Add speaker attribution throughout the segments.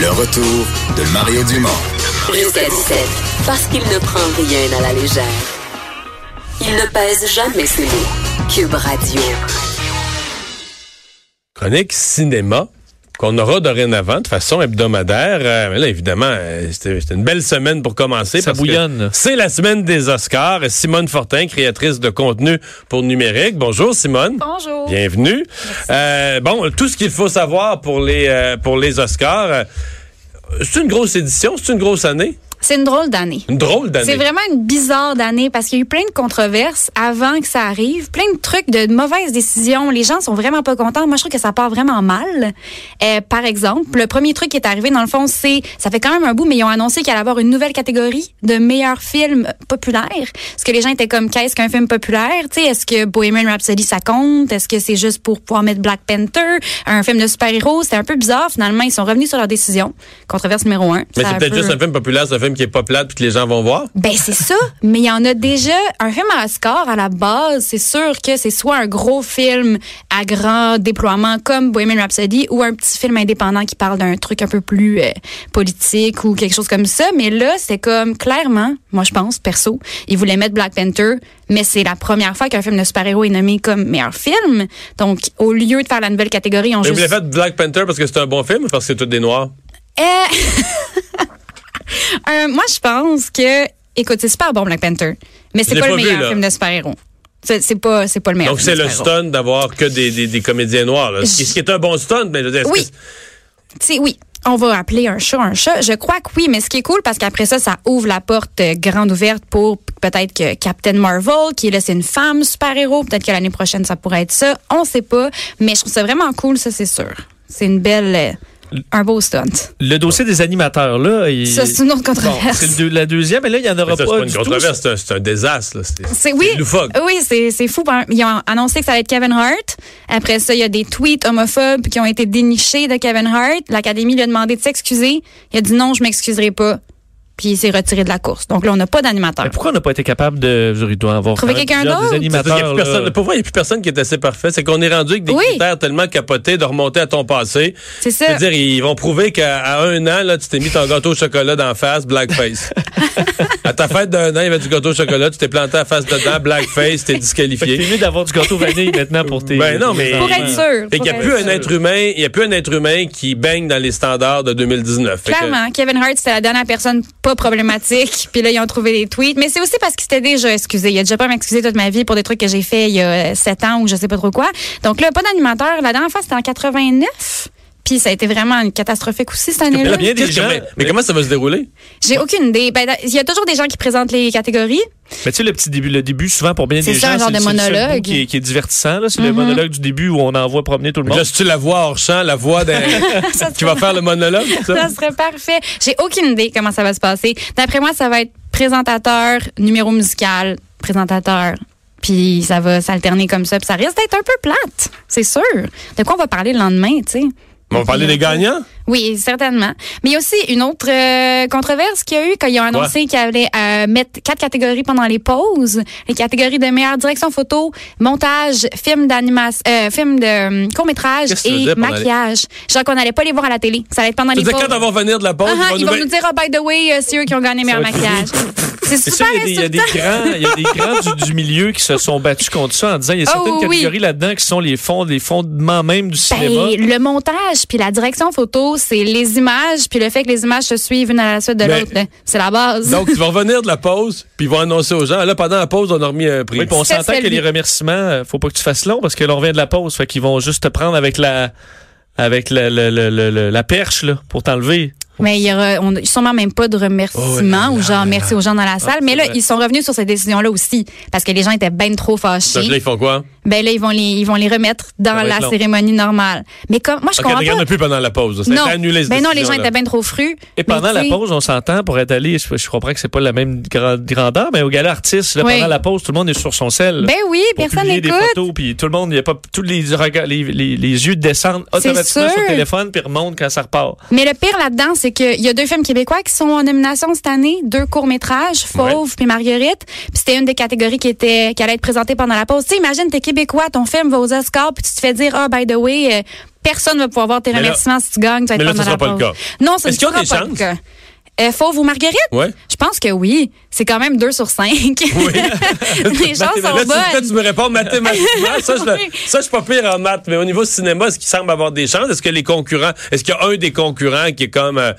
Speaker 1: Le retour de Mario Dumont.
Speaker 2: Jusqu'à 17, parce qu'il ne prend rien à la légère. Il ne pèse jamais ses mots. Cube Radio.
Speaker 3: Chronique cinéma qu'on aura dorénavant de façon hebdomadaire. Euh, mais là, évidemment, euh, c'était c'était une belle semaine pour commencer.
Speaker 4: Ça
Speaker 3: parce que
Speaker 4: bouillonne.
Speaker 3: C'est la semaine des Oscars. Simone Fortin, créatrice de contenu pour numérique. Bonjour, Simone.
Speaker 5: Bonjour.
Speaker 3: Bienvenue. Euh, bon, tout ce qu'il faut savoir pour les, euh, pour les Oscars. euh, c'est une grosse édition, c'est une grosse année,
Speaker 5: C'est une drôle d'année.
Speaker 3: une drôle d'année.
Speaker 5: C'est vraiment une bizarre d'année parce qu'il y a eu plein de controverses avant que ça arrive, plein de trucs de mauvaises décisions. Les gens sont vraiment pas contents. Moi, je trouve que ça part vraiment mal. Euh, par exemple, le premier truc qui est arrivé, dans le fond, c'est, ça fait quand même un bout, mais ils ont annoncé qu'il allait avoir une nouvelle catégorie de meilleurs films populaires. Parce que les gens étaient comme, qu'est-ce qu'un film populaire? Tu sais, est-ce que Bohemian Rhapsody, ça compte? Est-ce que c'est juste pour pouvoir mettre Black Panther? Un film de super-héros? C'était un peu bizarre. Finalement, ils sont revenus sur leur décision. Controverse numéro un.
Speaker 3: Mais
Speaker 5: Ça a
Speaker 3: c'est peut-être
Speaker 5: peu-
Speaker 3: juste un film populaire, c'est un film qui est pas plate puis que les gens vont voir.
Speaker 5: ben c'est ça, mais il y en a déjà un film à Oscar à la base, c'est sûr que c'est soit un gros film à grand déploiement comme Bohemian Rhapsody ou un petit film indépendant qui parle d'un truc un peu plus euh, politique ou quelque chose comme ça, mais là c'est comme clairement, moi je pense perso, ils voulaient mettre Black Panther, mais c'est la première fois qu'un film de super-héros est nommé comme meilleur film. Donc au lieu de faire la nouvelle catégorie, on
Speaker 3: Mais vous
Speaker 5: juste
Speaker 3: l'avez fait Black Panther parce que c'est un bon film ou parce que c'est tout des noirs?
Speaker 5: Euh, euh, moi, je pense que, écoute, c'est super bon Black Panther, mais
Speaker 3: Je
Speaker 5: c'est
Speaker 3: l'ai
Speaker 5: pas,
Speaker 3: pas
Speaker 5: le
Speaker 3: vu,
Speaker 5: meilleur
Speaker 3: là.
Speaker 5: film de super-héros. C'est c'est pas, c'est pas le meilleur.
Speaker 3: Donc, c'est
Speaker 5: film de
Speaker 3: le
Speaker 5: super-héros.
Speaker 3: stun d'avoir que des, des, des comédiens noirs. là. Ce, qui, ce qui est un bon stun, mais je veux dire, est-ce
Speaker 5: Oui.
Speaker 3: que c'est-
Speaker 5: C'est- oui. On va appeler un chat un chat. Je crois que oui, mais ce qui est cool, parce qu'après ça, ça ouvre la porte euh, grande ouverte pour p- peut-être que Captain Marvel, qui là, c'est une femme super-héros, peut-être que l'année prochaine, ça pourrait être ça. On sait pas, mais je trouve ça vraiment cool, ça, c'est sûr. C'est une belle, euh, un beau stunt.
Speaker 4: Le dossier des animateurs, là. il-
Speaker 5: Ça, c'est une autre
Speaker 4: Bon,
Speaker 5: controverse.
Speaker 4: c'est le deux- la deuxième, mais là, il n'y en aura
Speaker 3: ça, c'est
Speaker 4: pas.
Speaker 3: pas une
Speaker 4: du tout.
Speaker 3: controverse, c'est un, c'est un désastre. là. C'est-
Speaker 5: C'est oui.
Speaker 3: C'est loufoque.
Speaker 5: Oui, c'est c'est fou. Ben, Ils ont annoncé que ça allait être Kevin Hart. Après ça, il y a des tweets homophobes qui ont été dénichés de Kevin Hart. L'académie lui a demandé de s'excuser. Il a dit non, je m'excuserai pas. Puis il s'est retiré de la course. Donc là, on n'a pas d'animateur.
Speaker 4: Mais pourquoi on n'a pas été capable de. je veux dire, Il doit y avoir.
Speaker 5: Trouver
Speaker 4: quand même
Speaker 5: quelqu'un
Speaker 4: plusieurs
Speaker 5: d'autre?
Speaker 4: Des
Speaker 3: C'est-à-dire qu'il y a
Speaker 4: animateurs.
Speaker 3: plus
Speaker 4: là.
Speaker 3: personne- pour moi, il n'y a plus personne qui est assez parfait. C'est qu'on est rendu avec des
Speaker 5: Oui. Euh.
Speaker 3: critères tellement capotés de remonter à ton passé.
Speaker 5: C'est ça.
Speaker 3: C'est-à-dire, ils vont prouver qu'à à un an, là, tu t'es mis ton gâteau au chocolat d'en face, blackface. à ta fête d'un an, il y avait du gâteau au chocolat, tu t'es planté à face dedans, blackface, t'es
Speaker 4: Fait que
Speaker 3: disqualifié.
Speaker 4: C'est mieux d'avoir du gâteau vanille maintenant pour tes.
Speaker 3: Ben non,
Speaker 4: tes
Speaker 3: mais-
Speaker 5: Pour
Speaker 4: enfants.
Speaker 5: être
Speaker 3: Fait
Speaker 5: sûr.
Speaker 3: qu'il n'y a
Speaker 5: pour
Speaker 3: plus
Speaker 5: être
Speaker 3: un
Speaker 5: sûr.
Speaker 3: être humain, il y a plus un être humain qui baigne dans les standards de 2019. Fait que-
Speaker 5: Clairement, Kevin Hart, c'était la dernière personne pas problématique. Puis là, ils ont trouvé des tweets. Mais c'est aussi parce qu'il s'était déjà excusé. Il a déjà pas m'excuser toute ma vie pour des trucs que j'ai fait il y a euh, sept ans ou je sais pas trop quoi. Donc là, pas d'animateur. La dernière fois, c'était en 89. Puis ça a été vraiment une catastrophique aussi cette
Speaker 3: Mais
Speaker 5: année-là.
Speaker 3: là, bien des
Speaker 4: Qu'est-ce que-
Speaker 3: gens-
Speaker 4: mais-
Speaker 3: mais comment ça va se dérouler?
Speaker 5: J'ai aucune idée. Ben, là, Il y a toujours des gens qui présentent les catégories.
Speaker 4: Mais tu sais, le petit début, le début, souvent pour bien
Speaker 5: C'est
Speaker 4: des
Speaker 5: ça,
Speaker 4: gens,
Speaker 5: un genre de
Speaker 4: le- le seul bout
Speaker 5: monologue. Mm-hmm.
Speaker 4: qui est, qui est divertissant. là. C'est le monologue du début où on envoie promener tout le monde.
Speaker 3: Là, si tu la voix hors champ, la voix d'un.
Speaker 5: Ça serait-
Speaker 3: qui va faire le monologue, ça?
Speaker 5: Ça serait parfait. J'ai aucune idée comment ça va se passer. D'après moi, ça va être présentateur, numéro musical, présentateur. Puis ça va s'alterner comme ça. Puis ça risque d'être un peu plate, c'est sûr. De quoi on va parler le lendemain, tu sais?
Speaker 3: On va parler des gagnants?
Speaker 5: Oui, certainement. Mais il y a aussi une autre euh, controverse qu'il y a eu quand ils ont annoncé qu'ils allaient euh, mettre quatre catégories pendant les pauses. Les catégories de meilleure direction photo, montage, film d'animation, euh, film de hum, court-métrage
Speaker 3: Qu'est-ce que tu veux
Speaker 5: et
Speaker 3: dire pendant les-
Speaker 5: maquillage. Genre qu'on n'allait pas les voir à la télé. que Ça allait être pendant
Speaker 3: Tu
Speaker 5: les
Speaker 3: veux
Speaker 5: pauses.
Speaker 3: dire, quand on va venir de la pause,
Speaker 5: Ah, ah,
Speaker 3: ils
Speaker 5: ils
Speaker 3: vont
Speaker 5: vont
Speaker 3: nous-
Speaker 5: nous dire, oh, by the way, euh, c'est eux qui ont gagné meilleur maquillage. C'est
Speaker 4: C'est sûr,
Speaker 5: super
Speaker 4: il y a des- il y a des
Speaker 5: insultant.
Speaker 4: grands, il y a des grands du, du milieu qui se sont battus contre ça en disant il y a
Speaker 5: Oh,
Speaker 4: certaines
Speaker 5: oui.
Speaker 4: catégories là-dedans qui sont les fonds, les fondements même du
Speaker 5: Ben,
Speaker 4: cinéma.
Speaker 5: le montage puis la direction photo, c'est les images puis le fait que les images se suivent une à la suite de
Speaker 3: Mais-
Speaker 5: l'autre, là. c'est la base.
Speaker 3: Donc, ils vont revenir de la pause, puis ils vont annoncer aux gens. Là, pendant la pause, on a remis un prix.
Speaker 4: Oui, puis on
Speaker 5: Ça,
Speaker 4: s'entend
Speaker 5: c'est
Speaker 4: que les
Speaker 5: lui.
Speaker 4: remerciements, euh, faut pas que tu fasses long parce que l'on vient de la pause, fait qu'ils vont juste te prendre avec la avec la, la, la, la- la- la perche là, pour t'enlever.
Speaker 5: Mais il y aura on, sûrement même pas
Speaker 4: Oh,
Speaker 5: de remerciements ou genre merci aux gens dans la salle. mais là,
Speaker 4: Ah, vrai.
Speaker 5: ils sont revenus sur cette décision-là aussi parce que les gens étaient ben trop fâchés.
Speaker 3: Donc, là, ils font quoi?
Speaker 5: Ben là, ils vont les, ils vont les remettre
Speaker 4: va
Speaker 5: dans
Speaker 4: être
Speaker 5: la
Speaker 4: long.
Speaker 5: cérémonie normale. Mais comme, moi,
Speaker 3: Donc, ils ne
Speaker 5: je comprends pas.
Speaker 3: regardent plus pendant la pause. Ça a
Speaker 5: Non.
Speaker 3: été annulé, cette
Speaker 5: Ben non, les gens
Speaker 3: décision-là.
Speaker 5: étaient ben trop frus.
Speaker 4: Et pendant
Speaker 5: Mais
Speaker 4: la
Speaker 5: tu sais,
Speaker 4: pause, on s'entend pour être allé, je, je comprends que c'est pas la même gra- grandeur, mais au gala artiste, là,
Speaker 5: Oui.
Speaker 4: pendant la pause, tout le monde est sur son sel.
Speaker 5: Ben oui,
Speaker 4: pour
Speaker 5: personne
Speaker 4: publier des
Speaker 5: n'écoute.
Speaker 4: photos, puis tout le monde, il y a pas tous les, regards- les, les, les yeux descendent
Speaker 5: C'est
Speaker 4: automatiquement sur
Speaker 5: sûr.
Speaker 4: le téléphone, puis remontent quand ça repart.
Speaker 5: Mais le pire là-dedans, c'est c'est qu'il y a deux films québécois qui sont en nomination cette année, deux courts-métrages, Fauve puis Marguerite. Puis c'était une des catégories qui était qui allait être présentée pendant la pause. Tu sais, imagine t'es québécois, ton film va aux Oscars, puis tu te fais dire ah by the way, euh, personne va pouvoir voir tes
Speaker 3: Mais là-
Speaker 5: remerciements si tu gagnes, tu vas
Speaker 3: mais
Speaker 5: être
Speaker 3: là,
Speaker 5: pendant
Speaker 3: ça
Speaker 5: la
Speaker 3: sera
Speaker 5: pause.
Speaker 3: pas le
Speaker 5: Non, ça ne
Speaker 3: Est-ce qu'ils ont
Speaker 5: sera
Speaker 3: des
Speaker 5: pas le
Speaker 3: chances?
Speaker 5: cas. Euh, Fauve ou Marguerite
Speaker 3: Ouais.
Speaker 5: Je pense que oui. C'est quand même deux sur cinq. les gens
Speaker 3: Mathématiquement.
Speaker 5: sont
Speaker 3: Ben, Là, tu- là,
Speaker 5: bonnes.
Speaker 3: tu me réponds mathématiquement. ça, je, le-
Speaker 5: Oui.
Speaker 3: ça, je suis pas pire en maths. Mais au niveau cinéma, est-ce qu'il semble avoir des chances? Est-ce que les concurrents, est-ce qu'il y a un des concurrents qui est comme euh,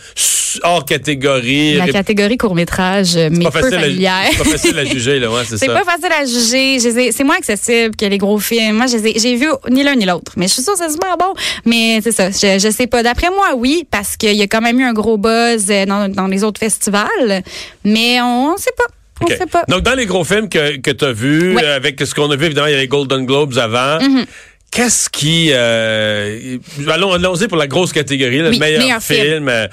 Speaker 3: hors catégorie?
Speaker 5: La
Speaker 3: ré-
Speaker 5: catégorie court-métrage, mais
Speaker 3: pas
Speaker 5: peu
Speaker 3: facile, à,
Speaker 5: familière.
Speaker 3: c'est pas facile à juger, là, ouais, c'est
Speaker 5: C'est
Speaker 3: ça.
Speaker 5: pas facile à juger. Je les ai- C'est moins accessible que les gros films. Moi, je les ai- j'ai vu ni l'un ni l'autre. Mais je suis sûre que c'est super bon. Mais c'est ça. Je, je sais pas. D'après moi, oui, parce qu'il y a quand même eu un gros buzz euh, dans, dans les autres festivals. Mais on, on sait pas. On
Speaker 3: OK.
Speaker 5: sait pas.
Speaker 3: Donc, dans les gros films que, que tu as vus,
Speaker 5: Ouais. Mhm.
Speaker 3: euh, avec ce qu'on a vu, évidemment, il y a les Golden Globes avant. Qu'est-ce qui... euh, allons- Allons-y pour la grosse catégorie, le
Speaker 5: Oui,
Speaker 3: meilleur,
Speaker 5: meilleur
Speaker 3: film.
Speaker 5: film.
Speaker 3: euh,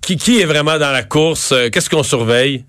Speaker 3: qui, qui est vraiment dans la course? euh, Qu'est-ce qu'on surveille?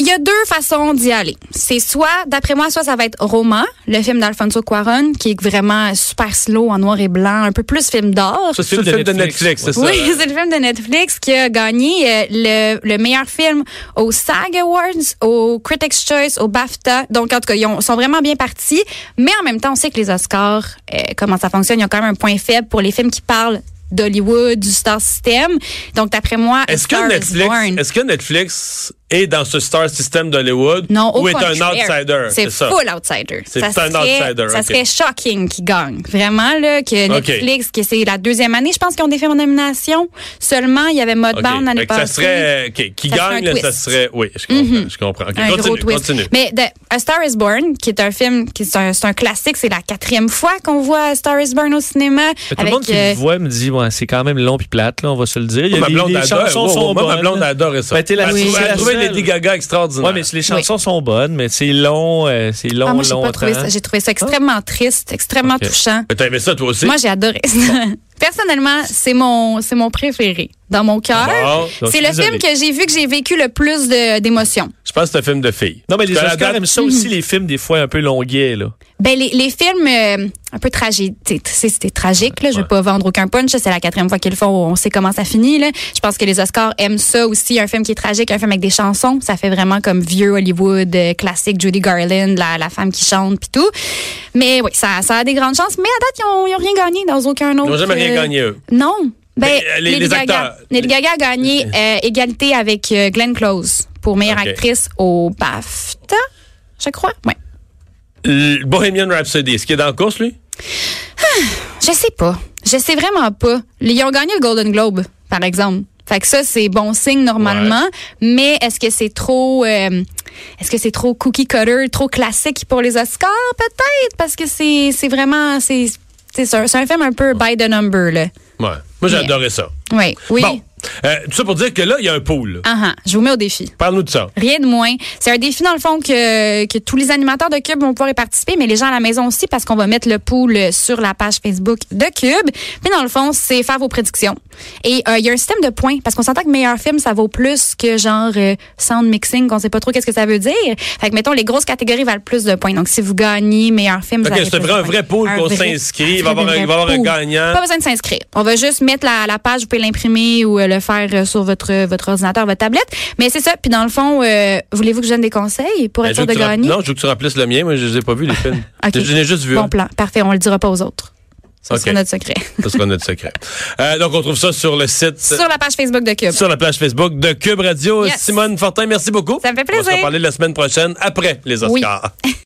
Speaker 5: Il y a deux façons d'y aller. C'est soit, d'après moi, soit ça va être Roma, le film d'Alfonso Cuaron, qui est vraiment super slow en noir et blanc, un peu plus film d'or.
Speaker 3: Ça, c'est le
Speaker 4: de
Speaker 3: film de Netflix,
Speaker 4: Netflix.
Speaker 3: c'est ça?
Speaker 5: Oui, c'est le film de Netflix qui a gagné euh, le, le meilleur film aux SAG Awards, aux Critics' Choice, aux BAFTA. Donc, en tout cas, ils ont- sont vraiment bien partis. Mais en même temps, on sait que les Oscars, euh, comment ça fonctionne, ils ont quand même un point faible pour les films qui parlent d'Hollywood, du star system. Donc, d'après moi, A
Speaker 3: Est-ce
Speaker 5: Star
Speaker 3: que,
Speaker 5: is
Speaker 3: Netflix,
Speaker 5: Born-
Speaker 3: est-ce que Netflix est dans ce star system d'Hollywood
Speaker 5: non, au
Speaker 3: ou est un
Speaker 5: contraire.
Speaker 3: outsider?
Speaker 5: C'est
Speaker 3: ça.
Speaker 5: full outsider.
Speaker 3: C'est
Speaker 5: Ça
Speaker 3: un
Speaker 5: serait-
Speaker 3: outsider,
Speaker 5: Ça
Speaker 3: ok.
Speaker 5: serait shocking qu'ils gagnent. Vraiment, là, que
Speaker 3: Ok.
Speaker 5: Netflix, que c'est la deuxième année, je pense qu'ils ont des films en nomination. Seulement, il y avait
Speaker 3: OK.
Speaker 5: Mudbound l'année
Speaker 3: Fait que
Speaker 5: passée.
Speaker 3: Ça serait. euh, OK. Qui
Speaker 5: Ça serait
Speaker 3: gagne,
Speaker 5: un
Speaker 3: là, ça
Speaker 5: twist. Mhm.
Speaker 3: serait. Oui, je comprends. Je comprends. OK,
Speaker 5: un
Speaker 3: continue,
Speaker 5: gros twist.
Speaker 3: continue.
Speaker 5: Mais de- A Star is Born, qui est un film, qui est un, c'est un classique, c'est la quatrième fois qu'on voit A Star is Born au cinéma.
Speaker 4: Mais tout le monde qui
Speaker 5: euh,
Speaker 4: me voit me dit ouais, c'est quand même long puis plate, là, on va se le dire. Il y a
Speaker 3: Moi, ma
Speaker 4: les-
Speaker 3: blonde
Speaker 4: les
Speaker 3: adore.
Speaker 4: chansons
Speaker 3: wow, wow,
Speaker 4: sont
Speaker 3: moi, ma
Speaker 4: bonnes.
Speaker 3: blonde adorait ça.
Speaker 4: Ben, t'es la
Speaker 3: elle
Speaker 5: Oui.
Speaker 3: trouvait- elle trouvait
Speaker 4: seule.
Speaker 3: Lady Gaga extraordinaire.
Speaker 4: Ouais, mais les chansons sont bonnes, mais c'est long, euh, c'est long,
Speaker 5: ah, moi, j'ai
Speaker 4: long.
Speaker 5: pas trouvé ça. J'ai
Speaker 3: Ah.
Speaker 5: trouvé ça extrêmement triste, extrêmement
Speaker 4: Ok.
Speaker 5: touchant.
Speaker 3: Mais T'as aimé ça, toi aussi?
Speaker 5: Moi, j'ai adoré ça. Personnellement, c'est mon, c'est mon préféré dans mon cœur.
Speaker 3: Bon,
Speaker 4: donc,
Speaker 5: c'est le
Speaker 4: désolé.
Speaker 5: film que j'ai vu que j'ai vécu le plus de- d'émotions.
Speaker 3: je pense que c'est un film de filles.
Speaker 4: Non, mais les
Speaker 3: Parce que la
Speaker 4: Oscars
Speaker 3: date-
Speaker 4: aiment ça aussi, les films, des fois, un peu longuets, là.
Speaker 5: Ben, les, les films euh, un peu tragiques, c'était tragique, là, je vais pas vendre aucun punch, c'est la quatrième fois qu'ils le font, on sait comment ça finit. Là. Je pense que les Oscars aiment ça aussi, un film qui est tragique, un film avec des chansons, ça fait vraiment comme vieux Hollywood, euh, classique, Judy Garland, la, la femme qui chante, puis tout. Mais oui, ça, ça a des grandes chances, mais à date, ils ont, ils ont rien gagné dans aucun autre.
Speaker 3: Ils n'ont jamais rien
Speaker 5: euh,
Speaker 3: gagné, eux.
Speaker 5: Non. Ben,
Speaker 3: Mais, euh, les-
Speaker 5: Lady,
Speaker 3: les
Speaker 5: Gaga,
Speaker 3: acteurs.
Speaker 5: Lady Gaga a gagné euh, égalité avec euh, Glenn Close pour meilleure
Speaker 3: Ok.
Speaker 5: actrice au BAFTA, je crois. Ouais.
Speaker 3: Le Bohemian Rhapsody, est-ce qu'il est dans la course, lui?
Speaker 5: Je sais pas. Je sais vraiment pas. Ils ont gagné le Golden Globe, par exemple. Fait que ça, c'est bon signe normalement. Mais est-ce que c'est trop, euh, est-ce que c'est trop cookie cutter, trop classique pour les Oscars? Peut-être, parce que c'est, c'est vraiment, c'est, c'est ça, c'est un film un peu by the number, là.
Speaker 3: Ouais. Moi,
Speaker 5: Yeah.
Speaker 3: j'adorais ça.
Speaker 5: Oui, oui.
Speaker 3: Bon. Euh, tout ça pour dire que là, il y a un pool.
Speaker 5: Ah ah, je vous mets au défi.
Speaker 3: Parle-nous de ça.
Speaker 5: Rien de moins. C'est un défi, dans le fond, que, que tous les animateurs de Cube vont pouvoir y participer, mais les gens à la maison aussi, parce qu'on va mettre le pool sur la page Facebook de Cube. Mais dans le fond, c'est faire vos prédictions. Et euh, il y a un système de points, parce qu'on s'entend que meilleur film, ça vaut plus que genre euh, sound mixing, qu'on sait pas trop qu'est-ce que ça veut dire. Fait que, mettons, les grosses catégories valent plus de points. Donc, si vous gagnez meilleur film, vous
Speaker 3: OK,
Speaker 5: avez
Speaker 3: c'est un
Speaker 5: plus de
Speaker 3: vrai, un
Speaker 5: points.
Speaker 3: vrai pool
Speaker 5: Un
Speaker 3: qu'on
Speaker 5: vrai-
Speaker 3: s'inscrit. Il
Speaker 5: un
Speaker 3: va y avoir,
Speaker 5: vrai,
Speaker 3: un- il va y avoir un
Speaker 5: pool.
Speaker 3: gagnant.
Speaker 5: Pas besoin de s'inscrire. On va juste mettre la, la page, vous pouvez l'imprimer ou euh, le faire euh, sur votre, euh, votre ordinateur, votre tablette. Mais c'est ça. Puis dans le fond, euh, voulez-vous que je donne des conseils pour
Speaker 3: Ben,
Speaker 5: être
Speaker 3: je veux
Speaker 5: sûr
Speaker 3: que tu
Speaker 5: de
Speaker 3: rap-
Speaker 5: gagner?
Speaker 3: Non, je veux que tu remplisses le mien. Moi, je les ai pas vus, les films.
Speaker 5: OK.
Speaker 3: Je les ai juste vus.
Speaker 5: Bon
Speaker 3: un.
Speaker 5: plan. Parfait. On le dira pas aux autres. Ça,
Speaker 3: OK.
Speaker 5: C'est notre secret.
Speaker 3: Ça sera notre secret. Euh, donc, on trouve ça sur le site,
Speaker 5: Sur la page Facebook de Cube.
Speaker 3: sur la page Facebook de Cube Radio.
Speaker 5: Yes.
Speaker 3: Simone Fortin, merci beaucoup.
Speaker 5: Ça me fait
Speaker 3: On va se
Speaker 5: plaisir.
Speaker 3: reparler la semaine prochaine après les
Speaker 5: Oui.
Speaker 3: Oscars.